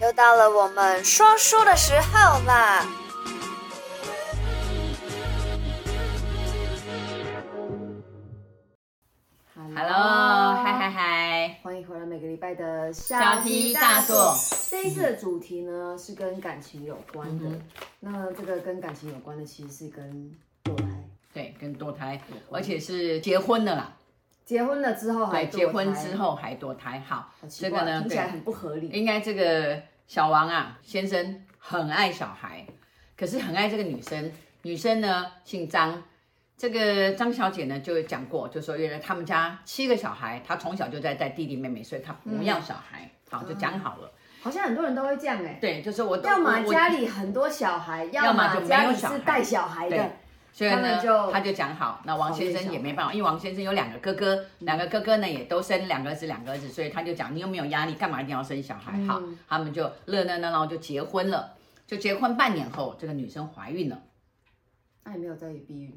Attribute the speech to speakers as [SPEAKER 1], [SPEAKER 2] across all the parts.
[SPEAKER 1] 又到了我们说书的时候啦！
[SPEAKER 2] 哦
[SPEAKER 3] Hello，嗨嗨嗨！
[SPEAKER 2] 欢迎回来每个礼拜的
[SPEAKER 3] 小题大做。
[SPEAKER 2] 这一次的主题呢是跟感情有关的，
[SPEAKER 3] 嗯
[SPEAKER 2] 那这个跟感情有关的其实是跟堕胎，
[SPEAKER 3] 对，跟堕胎，而且是结婚了啦。
[SPEAKER 2] 结婚了之后还
[SPEAKER 3] 对，
[SPEAKER 2] 堕胎
[SPEAKER 3] 结婚之，后还堕胎，好，
[SPEAKER 2] 哦好奇
[SPEAKER 3] 这
[SPEAKER 2] 怪
[SPEAKER 3] 个呢，
[SPEAKER 2] 听起来
[SPEAKER 3] 对，
[SPEAKER 2] 很不合理。
[SPEAKER 3] 应该这个小王啊先生很爱小孩，可是很爱这个女生，女生呢姓张。这个张小姐呢，就讲过，就说原来他们家七个小孩，她从小就在带弟弟妹妹，所以她不要小孩，好就讲好了。
[SPEAKER 2] 好像很多人都会这样哎、
[SPEAKER 3] 对，就是我都
[SPEAKER 2] 嗯要么
[SPEAKER 3] 我
[SPEAKER 2] 家里很多小孩，
[SPEAKER 3] 要么
[SPEAKER 2] 么
[SPEAKER 3] 就没
[SPEAKER 2] 家
[SPEAKER 3] 有
[SPEAKER 2] 里
[SPEAKER 3] 小孩
[SPEAKER 2] 是带小孩的
[SPEAKER 3] 对，所以呢
[SPEAKER 2] 他们，就
[SPEAKER 3] 他就讲好，那王先生也没办法，因为王先生有两个哥哥，两个哥哥呢也都生两个儿子，两个儿子，所以他就讲你有没有压力，干嘛一定要生小孩？
[SPEAKER 2] 嗯
[SPEAKER 3] 好，他们就热热闹闹就结婚了，就结婚半年后，这个女生怀孕了。
[SPEAKER 2] 那也没有在于避孕。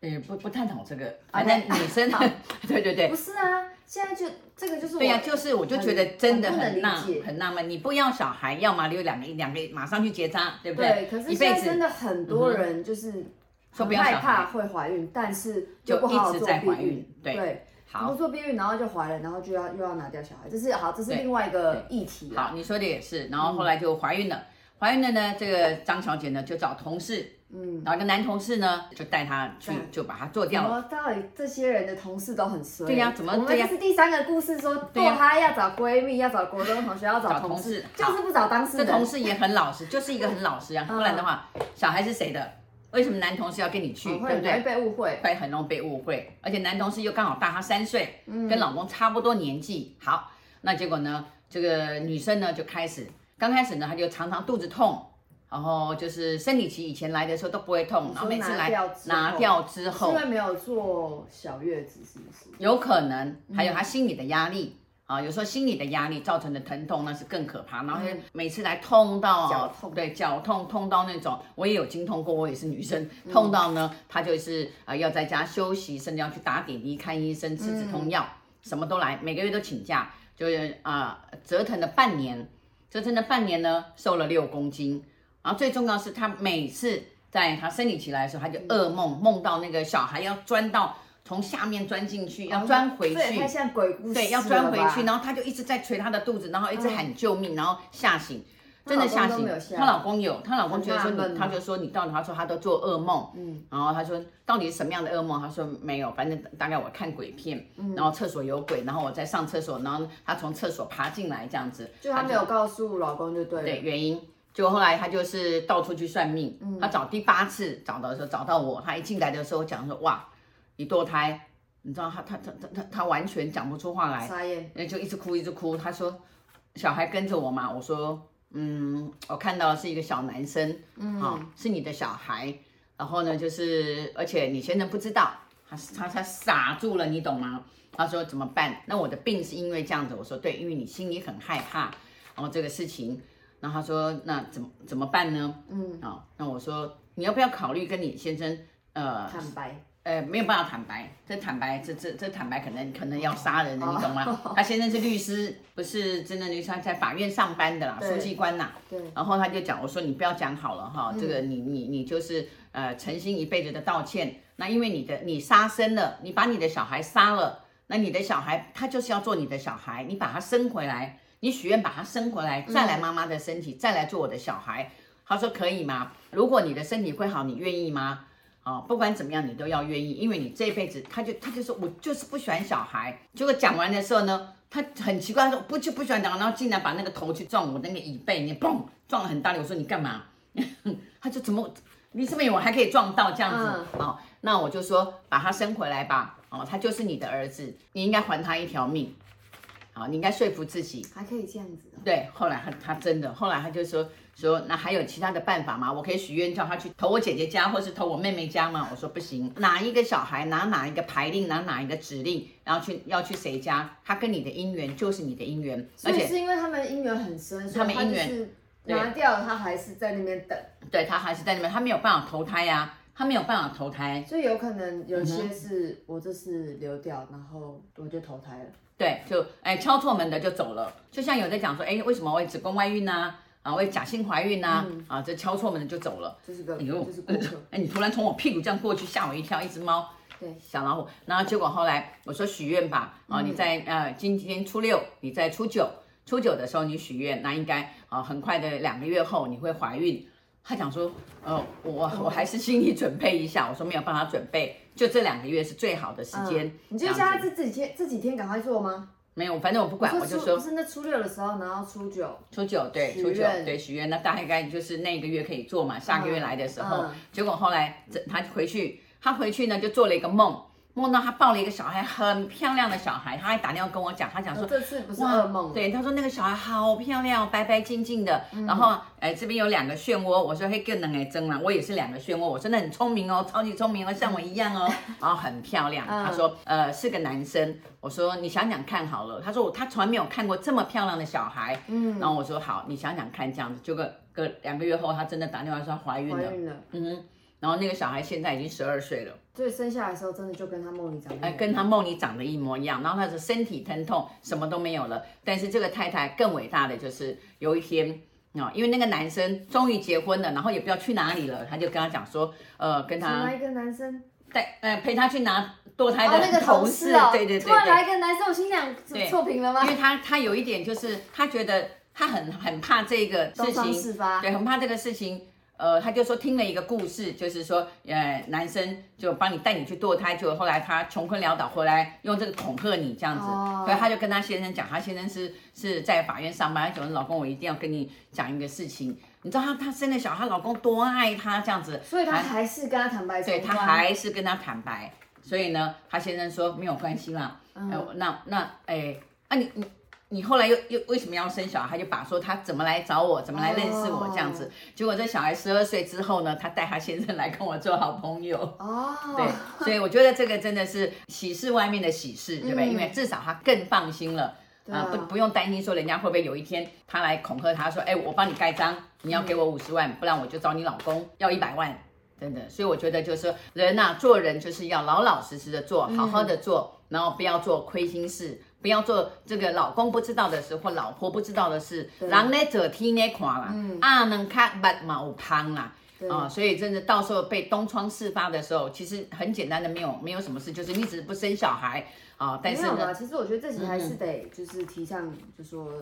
[SPEAKER 3] 呃，不不探讨这个，反正女生， 对对对
[SPEAKER 2] 啊不，是啊，现在就这个就是我
[SPEAKER 3] 对呀、就是我就觉得真的
[SPEAKER 2] 很不能
[SPEAKER 3] 很纳
[SPEAKER 2] 理解
[SPEAKER 3] 很纳闷，你不要小孩，要么留两个两个马上去结扎，对不
[SPEAKER 2] 对，可是
[SPEAKER 3] 一
[SPEAKER 2] 现在
[SPEAKER 3] 辈子嗯
[SPEAKER 2] 真的很多人就是
[SPEAKER 3] 说
[SPEAKER 2] 很
[SPEAKER 3] 不要
[SPEAKER 2] 害
[SPEAKER 3] 小
[SPEAKER 2] 怕
[SPEAKER 3] 孩，
[SPEAKER 2] 会怀孕，但是
[SPEAKER 3] 就
[SPEAKER 2] 不好好
[SPEAKER 3] 一直
[SPEAKER 2] 做
[SPEAKER 3] 在
[SPEAKER 2] 避
[SPEAKER 3] 怀
[SPEAKER 2] 孕
[SPEAKER 3] 孕，对
[SPEAKER 2] 对，
[SPEAKER 3] 好
[SPEAKER 2] 不做避孕，然后就怀了，然后就要又要拿掉小孩，这是好，这是
[SPEAKER 3] 对
[SPEAKER 2] 另外一个议题啊。
[SPEAKER 3] 好，你说的也是。然后后来
[SPEAKER 2] 嗯
[SPEAKER 3] 就怀孕了，怀孕了呢，这个张小姐呢就找同事，嗯，然后一个男同事呢就带她去
[SPEAKER 2] 对，
[SPEAKER 3] 就把她做
[SPEAKER 2] 怎
[SPEAKER 3] 掉了。
[SPEAKER 2] 么到底这些人的同事都很衰？
[SPEAKER 3] 对呀怎么
[SPEAKER 2] 我们
[SPEAKER 3] 对
[SPEAKER 2] 这
[SPEAKER 3] 呀
[SPEAKER 2] 是第三个故事说，
[SPEAKER 3] 对呀
[SPEAKER 2] 堕胎要找闺蜜，要找国中同学，要
[SPEAKER 3] 找
[SPEAKER 2] 找
[SPEAKER 3] 同
[SPEAKER 2] 同事
[SPEAKER 3] 事，好
[SPEAKER 2] 就是不找当事
[SPEAKER 3] 这同
[SPEAKER 2] 人。
[SPEAKER 3] 事也很老实，就是一个很老实啊。
[SPEAKER 2] 嗯
[SPEAKER 3] 不然的话，小孩是谁的？为什么男同事要跟你去，
[SPEAKER 2] 哦会
[SPEAKER 3] 对不
[SPEAKER 2] 很容易
[SPEAKER 3] 对？
[SPEAKER 2] 被误会，
[SPEAKER 3] 会很容易被误会，而且男同事又刚好大她三岁，
[SPEAKER 2] 嗯
[SPEAKER 3] 跟老公差不多年纪。好，那结果呢，这个女生呢就开始，刚开始呢她就常常肚子痛，然后就是生理期以前来的时候都不会痛，
[SPEAKER 2] 你说
[SPEAKER 3] 然后每次
[SPEAKER 2] 拿
[SPEAKER 3] 来
[SPEAKER 2] 掉之后
[SPEAKER 3] 拿掉之
[SPEAKER 2] 是
[SPEAKER 3] 后
[SPEAKER 2] 因为没有做小月子，是不是？
[SPEAKER 3] 有可能还有他心理的压力、啊，有时候心理的压力造成的疼痛那是更可怕，然后每次来痛到
[SPEAKER 2] 嗯绞痛
[SPEAKER 3] 对，绞痛痛到那种，我也有经痛过，我也是女生，
[SPEAKER 2] 嗯
[SPEAKER 3] 痛到呢，她就是啊、呃要在家休息，甚至要去打点滴、看医生、吃止痛
[SPEAKER 2] 嗯
[SPEAKER 3] 药，什么都来，每个月都请假，就是啊、折腾了半年，折腾了半年呢，瘦了六公斤，然后最重要是她每次。在她生理期来的时候，她就噩梦，梦到那个小孩要钻到从下面钻进去，要钻回
[SPEAKER 2] 哦这也太
[SPEAKER 3] 去，
[SPEAKER 2] 像鬼故事
[SPEAKER 3] 对，要钻回
[SPEAKER 2] 了吧
[SPEAKER 3] 去，然后她就一直在捶她的肚子，然后一直喊救命，然后吓醒，真的吓
[SPEAKER 2] 她老公都
[SPEAKER 3] 醒
[SPEAKER 2] 没有吓。
[SPEAKER 3] 她老公有，她老公觉得说
[SPEAKER 2] 很纳闷
[SPEAKER 3] 你，她就说你到底，她说她都做噩梦，嗯，然后她说到底是什么样的噩梦？她说没有，反正大概我看鬼片，
[SPEAKER 2] 嗯
[SPEAKER 3] 然后厕所有鬼，然后我在上厕所，然后她从厕所爬进来这样子，
[SPEAKER 2] 就她没有告诉老公就对了。
[SPEAKER 3] 对原因。就后来她就是到处去算命，她找第八次找到的时候找到我，她一进来的时候讲说哇，你堕胎，你知道她她她她她她完全讲不出话来，
[SPEAKER 2] 沙燕，
[SPEAKER 3] 那就一直哭一直哭。她说小孩跟着我嘛，我说嗯，我看到的是一个小男生，嗯、是你的小孩，然后呢就是而且你先生不知道，他他他傻住了，你懂吗？他说怎么办？那我的病是因为这样子，我说对，因为你心里很害怕，然后这个事情，然后他说那怎么怎么办呢？嗯，好、那我说你要不要考虑跟你先生呃
[SPEAKER 2] 坦白，
[SPEAKER 3] 呃，没有办法坦白，这坦白，这这这坦白可能可能要杀人的，你懂吗？
[SPEAKER 2] 哦
[SPEAKER 3] 他先生是律师，不是真的律师，他在法院上班的啦，书记官呐。
[SPEAKER 2] 对。嗯
[SPEAKER 3] 然后他就讲，我说你不要讲好了哈，这个你你你就是呃诚心一辈子的道歉。那因为你的你杀生了，你把你的小孩杀了，那你的小孩他就是要做你的小孩，你把他生回来，你许愿把他生回
[SPEAKER 2] 嗯
[SPEAKER 3] 来，再来妈妈的身体，再来做我的小孩。他说可以吗？如果你的身体会好，你愿意吗？哦，不管怎么样，你都要愿意，因为你这辈子，他就他就说，我就是不喜欢小孩。结果讲完的时候呢，他很奇怪，他说不就不喜欢讲，然后竟然把那个头去撞我那个椅背，你砰撞了很大力。我说你干嘛？ 他就怎么你这么远我还可以撞到这样子？哦，那我就说把他生回来吧。哦，他就是你的儿子，你应该还他一条命。好、你应该说服自己，
[SPEAKER 2] 还可以这样子、哦。
[SPEAKER 3] 对，后来他他真的，后来他就说说那还有其他的办法吗？我可以许愿叫他去投我姐姐家，或是投我妹妹家吗？我说不行，哪一个小孩拿哪一个牌令，拿哪一个指令，然后去要去谁家，他跟你的姻缘就是你的姻缘，
[SPEAKER 2] 所
[SPEAKER 3] 而
[SPEAKER 2] 以
[SPEAKER 3] 且
[SPEAKER 2] 是因为他们姻缘很深，
[SPEAKER 3] 他们姻
[SPEAKER 2] 所以他
[SPEAKER 3] 缘
[SPEAKER 2] 就是拿掉了，他还是在那边等。
[SPEAKER 3] 对他还是在那边，他没有办法投胎呀、啊。他没有办法投胎，
[SPEAKER 2] 所以有可能有些是我这次流掉，然后我就投胎了。
[SPEAKER 3] 对，就哎敲错门的就走了。就像有在讲说，哎，为什么会子宫外孕呐、啊？为假性怀孕呐、啊？这敲错门的就走了。
[SPEAKER 2] 这是个，
[SPEAKER 3] 哎呦
[SPEAKER 2] 这是过 客，
[SPEAKER 3] 哎，你突然从我屁股这样过去，吓我一跳，一只猫。
[SPEAKER 2] 对
[SPEAKER 3] 小老虎，然后结果后来我说许愿吧，啊、你在呃今天初六，你在初九，初九的时候你许愿，那应该啊、很快的两个月后你会怀孕。他讲说，呃，我我还是心里准备一下，我说没有办法准备，就这两个月是最好的时间。
[SPEAKER 2] 嗯你就
[SPEAKER 3] 这
[SPEAKER 2] 叫
[SPEAKER 3] 样
[SPEAKER 2] 他
[SPEAKER 3] 子
[SPEAKER 2] 这几天这几天赶快做吗？
[SPEAKER 3] 没有，反正我不管，我就
[SPEAKER 2] 初
[SPEAKER 3] 说
[SPEAKER 2] 不是那初六的时候，然后初九，
[SPEAKER 3] 初九对，
[SPEAKER 2] 许
[SPEAKER 3] 初九
[SPEAKER 2] 愿
[SPEAKER 3] 对许愿，那大概就是那个月可以做嘛，下个月来的时候，
[SPEAKER 2] 嗯
[SPEAKER 3] 结果后来这他回去，他回去呢就做了一个梦，梦到他抱了一个小孩，很漂亮的小孩，他还打电话跟我讲，他讲说。
[SPEAKER 2] 哦这次不是噩梦，嗯
[SPEAKER 3] 对，，他说那个小孩好漂亮，白白净净的。然后，哎，这边有两个漩涡，我说嘿，更能来争了。我也是两个漩涡，我说那很聪明哦，超级聪明哦，像我一 样哦，然后很漂亮。
[SPEAKER 2] 嗯
[SPEAKER 3] 他说，呃，是个男生。我说你想想看好了。他说我他从来没有看过这么漂亮的小孩。
[SPEAKER 2] 嗯，
[SPEAKER 3] 然后我说好，你想想看，这样子，结果隔两个月后，她真的打电话说她怀孕
[SPEAKER 2] 怀
[SPEAKER 3] 了，
[SPEAKER 2] 孕了，
[SPEAKER 3] 嗯，然后那个小孩现在已经十二岁了，
[SPEAKER 2] 所以生下来的时候真的就跟他梦里长得一
[SPEAKER 3] 哎，
[SPEAKER 2] 样
[SPEAKER 3] 跟她梦里长得一模一样，然后她的身体疼痛，什么都没有了。但是这个太太更伟大的就是有一天。啊、因为那个男生终于结婚了，然后也不知道去哪里了，他就跟他讲说，呃，跟
[SPEAKER 2] 怎么
[SPEAKER 3] 他
[SPEAKER 2] 来一个男生，
[SPEAKER 3] 带呃陪他去拿堕胎
[SPEAKER 2] 哦
[SPEAKER 3] 的
[SPEAKER 2] 那个
[SPEAKER 3] 同
[SPEAKER 2] 同
[SPEAKER 3] 事，
[SPEAKER 2] 事哦，
[SPEAKER 3] 对对对
[SPEAKER 2] 突然
[SPEAKER 3] 对，
[SPEAKER 2] 来一个男生，我心想
[SPEAKER 3] 对
[SPEAKER 2] 错评了吗
[SPEAKER 3] 因？为他他有一点就是他觉得他很很怕这个事
[SPEAKER 2] 东窗
[SPEAKER 3] 情
[SPEAKER 2] 事发，
[SPEAKER 3] 对，很怕这个事情。呃，他就说听了一个故事，就是说，呃，男生就帮你带你去堕胎，结果后来他穷困潦倒回来，用这个恐吓你这样子，
[SPEAKER 2] 哦
[SPEAKER 3] 所以他就跟他先生讲，他先生是是在法院上班，他讲老公，我一定要跟你讲一个事情，你知道她她生了小孩，她老公多爱她这样子，
[SPEAKER 2] 所以他
[SPEAKER 3] 还
[SPEAKER 2] 还是跟他坦白从
[SPEAKER 3] 对
[SPEAKER 2] 宽，
[SPEAKER 3] 她还是跟他坦白，所以呢，他先生说没有关系啦，哎、
[SPEAKER 2] 嗯，
[SPEAKER 3] 那那哎，啊你你你后来又又为什么要生小孩？他就把说他怎么来找我，怎么来认识我
[SPEAKER 2] 哦
[SPEAKER 3] 这样子。结果这小孩十二岁之后呢，他带他先生来跟我做好朋友。
[SPEAKER 2] 哦，
[SPEAKER 3] 对，所以我觉得这个真的是喜事外面的喜事，对不对？
[SPEAKER 2] 嗯
[SPEAKER 3] 因为至少他更放心了。
[SPEAKER 2] 对
[SPEAKER 3] 啊
[SPEAKER 2] 啊，
[SPEAKER 3] 不不用担心说人家会不会有一天他来恐吓他说，哎、我帮你盖章，你要给
[SPEAKER 2] 嗯
[SPEAKER 3] 我五十万，不然我就找你老公要一百万，等等。所以我觉得就是说人呐、做人就是要老老实实的做，
[SPEAKER 2] 嗯
[SPEAKER 3] 好好的做，然后不要做亏心事。不要做这个老公不知道的事或老婆不知道的事，
[SPEAKER 2] 对嗯
[SPEAKER 3] 人呢者听呢看啦，啊能看捌嘛有香啦，
[SPEAKER 2] 对
[SPEAKER 3] 啊、所以真的到时候被东窗事发的时候，其实很简单的，没有没有什么事，就是你只是不生小孩啊、但是
[SPEAKER 2] 没有
[SPEAKER 3] 呢嗯
[SPEAKER 2] 啦，，其实我觉得这集还是得就是提倡，就说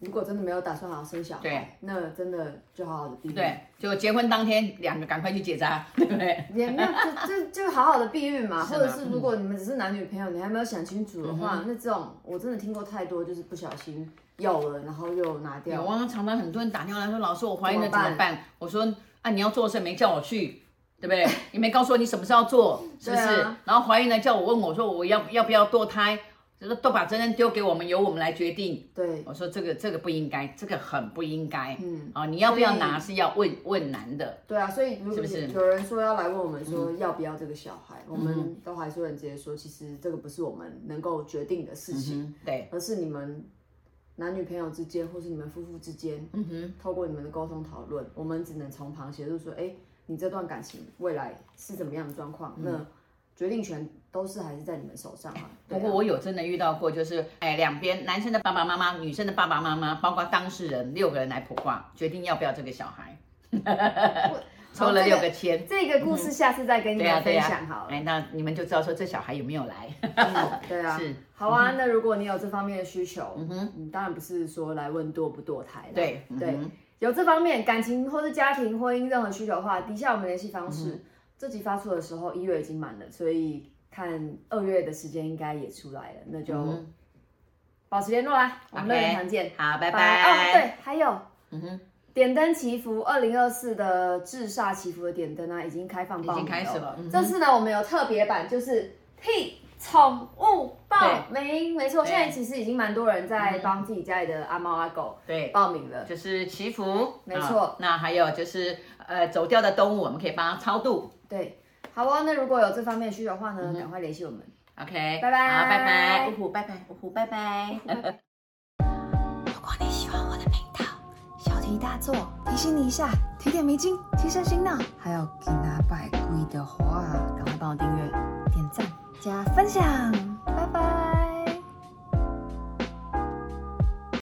[SPEAKER 2] 如果真的没有打算好好生小
[SPEAKER 3] 对
[SPEAKER 2] 孩，那真的就好好的避孕，
[SPEAKER 3] 对，哎就结婚当天两个赶快去结扎， 对不对？
[SPEAKER 2] 也没有就就就好好的避孕嘛，
[SPEAKER 3] 是嗯
[SPEAKER 2] 或
[SPEAKER 3] 啦
[SPEAKER 2] 者是如果你们只是男女朋友，你还没有想清楚的话，那这种我真的听过太多，就是不小心有了，然后又拿
[SPEAKER 3] 有
[SPEAKER 2] 掉，
[SPEAKER 3] 啊，常常很多人打电话来说，老师我怀孕了
[SPEAKER 2] 怎
[SPEAKER 3] 怎
[SPEAKER 2] 么
[SPEAKER 3] 么
[SPEAKER 2] 办
[SPEAKER 3] 办？我说啊，你要做的事没叫我去，对 不对？你没告诉我你什么时候要做，是不是？
[SPEAKER 2] 对啊
[SPEAKER 3] 然后怀孕了叫我问我说我要要不要堕胎，就是都把责任丢给我们，由我们来决定。
[SPEAKER 2] 对，
[SPEAKER 3] 我说这个这个不应该，这个很不应该。
[SPEAKER 2] 嗯，
[SPEAKER 3] 啊，你要不要
[SPEAKER 2] 所以
[SPEAKER 3] 拿是要问问男的，
[SPEAKER 2] 对啊，所以如
[SPEAKER 3] 是
[SPEAKER 2] 果
[SPEAKER 3] 不是嗯
[SPEAKER 2] 有人说要来问我们说要不要这个小孩，我们都还是会很直接说，其实这个不是我们能够决定的事情，
[SPEAKER 3] 嗯，对，
[SPEAKER 2] 而是你们男女朋友之间，或是你们夫妇之间，
[SPEAKER 3] 嗯哼，
[SPEAKER 2] 透过你们的沟通讨论，我们只能从旁协助说，哎、你这段感情未来是怎么样的状况？
[SPEAKER 3] 嗯
[SPEAKER 2] 那决定权都是还是在你们手上啊。
[SPEAKER 3] 不
[SPEAKER 2] 对
[SPEAKER 3] 过
[SPEAKER 2] 啊
[SPEAKER 3] 我有真的遇到过，就是哎，两边男生的爸爸妈妈、女生的爸爸妈妈，包括当事人六个人来卜卦，决定要不要这个小孩， 抽了六个签。
[SPEAKER 2] 哦这个故事下次再跟你
[SPEAKER 3] 对呀、
[SPEAKER 2] 们
[SPEAKER 3] 对
[SPEAKER 2] 分
[SPEAKER 3] 呀、
[SPEAKER 2] 享 好了。
[SPEAKER 3] 哎，那你们就知道说这小孩有没有来。
[SPEAKER 2] 嗯对啊
[SPEAKER 3] 是，
[SPEAKER 2] 好啊。那如果你有这方面的需求，嗯哼，你当然不是说来问堕不堕胎啦，
[SPEAKER 3] 对
[SPEAKER 2] 对
[SPEAKER 3] 嗯哼，
[SPEAKER 2] 有这方面感情或是家庭婚姻任何需求的话，底下我们联系方
[SPEAKER 3] 嗯
[SPEAKER 2] 式。这集发出的时候，一月已经满了，所以看二月的时间应该也出来了，那就
[SPEAKER 3] 嗯
[SPEAKER 2] 保持联络啦。我们乐园常见，
[SPEAKER 3] 好，拜
[SPEAKER 2] 哦，
[SPEAKER 3] 拜。
[SPEAKER 2] 对，还有
[SPEAKER 3] 嗯哼，
[SPEAKER 2] 点灯祈福，二零二四的至煞祈福的点灯啊呢、已经开放报名
[SPEAKER 3] 已经开始了嗯哼
[SPEAKER 2] 这次呢，我们有特别版，就是替宠物报名，没错，
[SPEAKER 3] 对嗯
[SPEAKER 2] 现在其实已经蛮多人在帮自己家里的阿猫阿狗
[SPEAKER 3] 对，
[SPEAKER 2] 报名了。
[SPEAKER 3] 就是祈福，
[SPEAKER 2] 没错
[SPEAKER 3] 啊那还有就是呃，走掉的动物，我们可以帮它超度。
[SPEAKER 2] 对，好哦，那如果有这方面的需求的话呢，赶快联系我们。
[SPEAKER 3] OK，
[SPEAKER 2] 拜拜
[SPEAKER 3] 好，拜拜，呜呼，拜拜，呜呼，拜拜。
[SPEAKER 4] 如果你喜欢我的频道，小题大做，提醒你一下，提点迷津，提升心脑，还有给拿拜龟。
[SPEAKER 2] 意的话，赶快帮我订阅、点赞、加分享。